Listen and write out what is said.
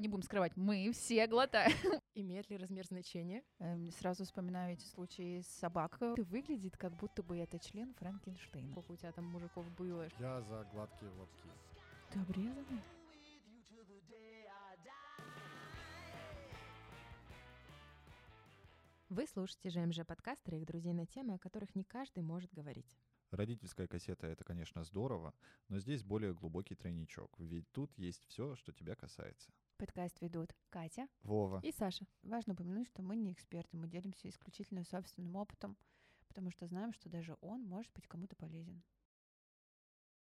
не будем скрывать, мы все глотаем. Имеет ли размер значение? Эм, Сразу вспоминаю эти случаи с собак. Ты выглядит, как будто бы это член Франкенштейна. Сколько у тебя там мужиков было? Я за гладкие лобки. Ты обрезанный? Вы слушаете ЖМЖ подкаст троих друзей на темы, о которых не каждый может говорить. Родительская кассета — это, конечно, здорово, но здесь более глубокий тройничок, ведь тут есть все, что тебя касается. Подкаст ведут Катя. Вова. И Саша. Важно упомянуть, что мы не эксперты, мы делимся исключительно собственным опытом, потому что знаем, что даже он может быть кому-то полезен.